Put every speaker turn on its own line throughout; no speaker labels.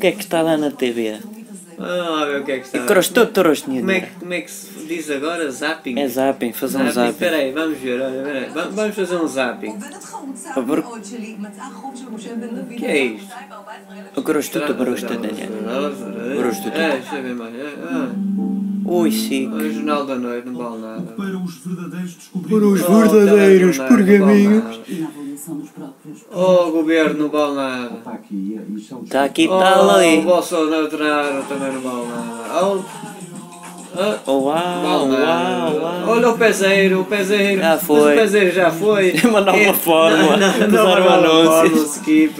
que é que está lá na TV.
Ah, olha o que é que está.
Кръщу-тръщни
Como é, que- como é que se diz agora? Zapping?
É zapping, fazer um
Zapping.
zapping.
Espera aí, vamos ver, olha, espera aí. Vamos, vamos fazer um zapping.
עובדת חרוצה
עבור-
מאוד שלי מצאה חוב של משה בן
כן.
דוד. ב- 14,000
אוקיי. Кръщуто бръща деня. Bruxo, tipo.
Bruxo,
tu-
um É, deixa eu ver mais. É,
Ui, sim.
é. O Jornal da Noite, não vale nada. Oh,
Para os verdadeiros descobrimentos.
Os verdadeiros pergaminhos.
e na avaliação dos próprios.
Oh, governo, não vale nada.
Está aqui a missão
Está aqui, está
Oh, o
tá ali.
Bolsonaro também não vale nada. Oh, ah,
Uau,
Mal nada.
uau, uau.
Olha o peseiro, o peseiro.
Já foi.
Mas o peseiro já foi.
Uma nova
É,
fórmula.
Não, não,
Usaram
nova
anúncios.
fórmula, skip.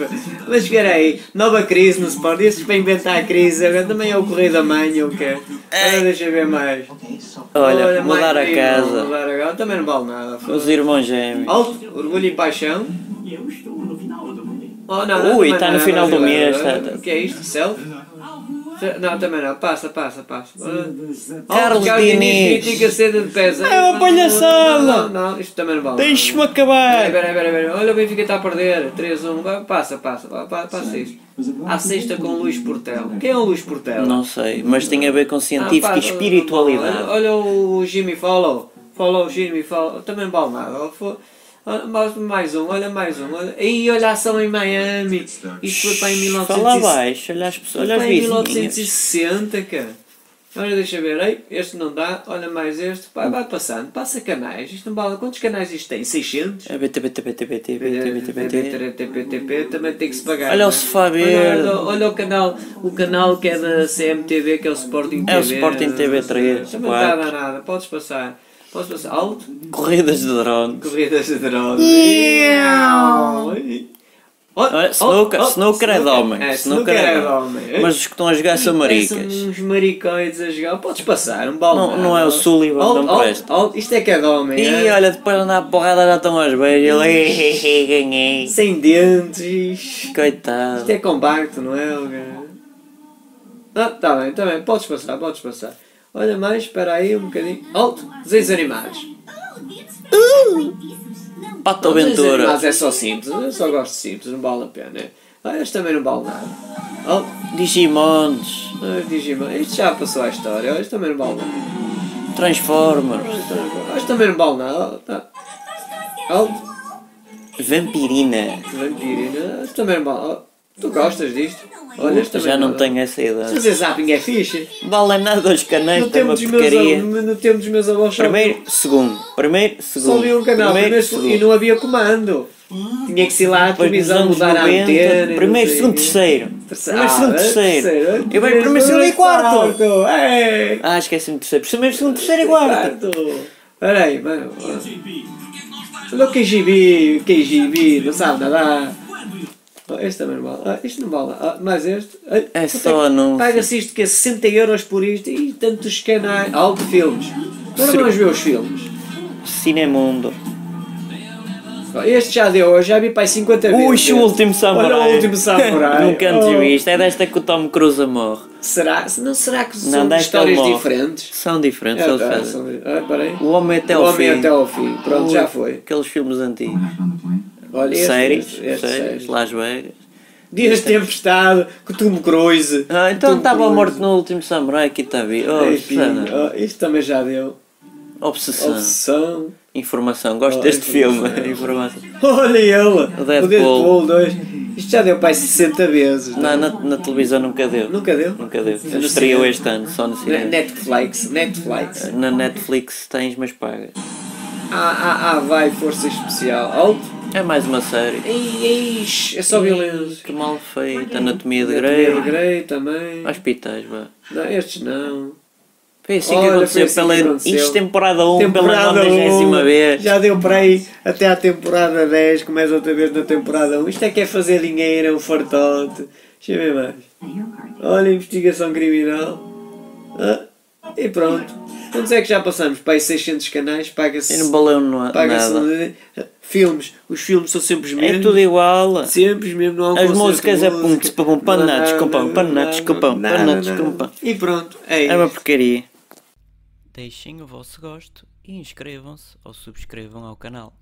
Mas espera aí, nova crise no Sport. Isso para inventar a crise. Agora Também é o correio da manhã, o quê? Agora Deixa eu ver mais.
Olha, mudar
mais
a
crise,
casa.
Mudar a casa. Também não vale nada.
Os irmãos gêmeos.
Alto, orgulho e paixão. Oh, não, não,
Ui,
também
está
não,
no
não,
final do
não,
mês,
não,
tá-
O que é isto? Self? Não, também não. Passa, passa, passa. Oh,
Carlos Diniz.
critica cedo de pesa.
É uma palhaçada.
Não, não, não, isto também não vale.
Deixe-me
Peraí,
acabar.
peraí, peraí, peraí. Olha, o Benfica está a perder. 3-1. Vai, Passa, passa, vai, pa- passa isto. À sexta com o Luís Portel. Quem é o Luís Portel?
Não sei, mas tem a ver com
Ah,
científico
pá,
e
Olha,
espiritualidade.
olha o Jimmy Follow. Follow o Jimmy Follow. Também vale nada. Olha, fo- olha, Mais, mais um, olha mais um. Olha. E olha a ação em Miami. Isto foi para em
Fala
1960.
abaixo, olha as pessoas, olha as
Olha em
vizinhas.
1960, cara. Olha, deixa ver. Ei, este não dá. Olha mais este. Vai, vai passando. Passa canais. Isto não vale. Quantos canais isto tem? 600?
É BT, BT, BT, BT, BT, BT, BT.
TPTP também tem que se pagar.
Olha o Sofá Verde.
Olha, olha, olha o canal, o canal que é da CMTV, que é o Sporting TV.
É o Sporting TV três,
Também não dá
quatro.
nada, podes passar. Podes passar alto,
Corridas de drones.
corridas de drones. Oh,
Olha, snooker, snooker é de homem.
É,
snooker é de homem. Mas os que estão a jogar são
São
maricas.
uns maricoides a jogar. Podes passar, um balde.
Não- não é o Sullivan,
Alto,
não
alto,
presta.
alto. Isto é que é de homem.
E
é?
olha, depois de andar a porrada já estão aos beijos. Ele, ganhei.
Sem dentes.
Coitado.
Isto é compacto, não é? Olga? Ah, tá bem, tá bem. Podes passar, podes passar. Olha mais, espera aí um bocadinho. Alto, desenhos animados. é
Pato
Desenhos
Ventura.
animados é só simples, eu só gosto de simples, não vale a pena. Olha, este também não vale nada. Alto,
Digimons.
ah, Digimon, isto já passou à história, olha, isto também não vale nada.
Transformers.
Ah, Isto também não vale nada. Tá. Alto,
Vampirina.
vampirina, isto também não vale nada. Tu gostas disto? Olha, isto também
Já não
vale nada.
tenho essa idade.
Fazer zapping é fixe.
Vale nada os canais,
No
está
tempo
é uma
dos meus,
porcaria.
avós- no tempo dos meus avós só
Primeiro, segundo. Primeiro, segundo.
Só havia um canal primeiro, e
segundo.
não havia comando. Tinha que se ir lá à
Ah, Depois nos
televisão
anos
mudar
90,
a antena. e não
Primeiro,
sei
segundo,
o quê.
terceiro.
Terceiro, É,
Primeiro, segundo,
ah,
terceiro. E vai primeiro,
Depois,
segundo e quarto.
Ei,
Ah, esqueci-me do terceiro. Primeiro, segundo, terceiro e quarto.
Espera aí, mano. Olha o KGB, KGB, não sabe nada. Oh, Este também não vale. Ah, isto não vale. Ah, mais este. Ah,
É
quanto
só
que-
anúncio.
Paga-se isto que é 60 euros por isto e tantos canais. Alto filmes. Agora vamos ver os filmes.
Cinemundo.
Este já deu, eu já vi para aí 50
Ui,
vezes.
o último samurai.
Olha o último samurai.
Nunca antes
Oh,
vi isto. É desta que o Tom Cruise morre.
Será? Não será que
Não,
são
desta ele
histórias
morre.
diferentes?
São diferentes.
É,
eles
tá,
fazem.
são- ah, peraí.
O homem até
O
ao fim.
Homem até ao fim. Pronto, já foi. Uhum.
Aqueles filmes antigos.
Olha, este,
séries,
este, este,
séries,
séries.
Las Vegas.
Dias de tempestade, que Tom Cruise.
Ah, então
Tom
estava
Cruise.
morto no último samurai, aqui está a ver. Oh,
Enfim,
Susana,
oh, isto também já deu.
obsessão.
Obsessão.
Informação, gosto
Oh,
deste filme.
informação.
Informação.
Olha ele.
O Deadpool.
O Deadpool 2. Isto já deu para aí 60 vezes. não é?
Na, na, na televisão nunca deu.
Nunca deu?
Nunca deu.
no
Estreou
cinema.
este ano, só no cinema.
Netflix, Netflix.
Na Netflix tens, mas pagas.
Ah, ah, ah, vai, força especial. Alto.
É mais uma série.
Ei, eish, é só violência.
Que mal feito. Anatomia de
Grey,
Grey.
Grey também.
Hospitais, vá.
Não, estes não.
Foi assim que
Olha, foi
aconteceu.
assim
pela,
que aconteceu.
Isto temporada 1,
Temporada
pela 90
um,
vez.
Já deu para aí até à temporada 10, começa outra vez na temporada 1. Isto é que é fazer dinheiro, é um fartote. Deixa eu ver mais. Olha, investigação criminal. Ah, e pronto. Quantos é que já passamos? Para aí 600 canais, paga-se.
E não valeu no-
Paga-se.
nada.
Filmes. Os filmes são sempre os mesmos.
É tudo igual.
Sempre mesmo, não há um
As
concerto
músicas
de
é
música.
pum, tse, pum, pum,
Não,
panatos,
não,
com pão,
não,
panatos,
não,
com pão,
não, não,
panatos,
não,
com
não.
pão.
E pronto, é
É uma
isso.
porcaria. Deixem o vosso gosto e inscrevam-se ou subscrevam ao canal.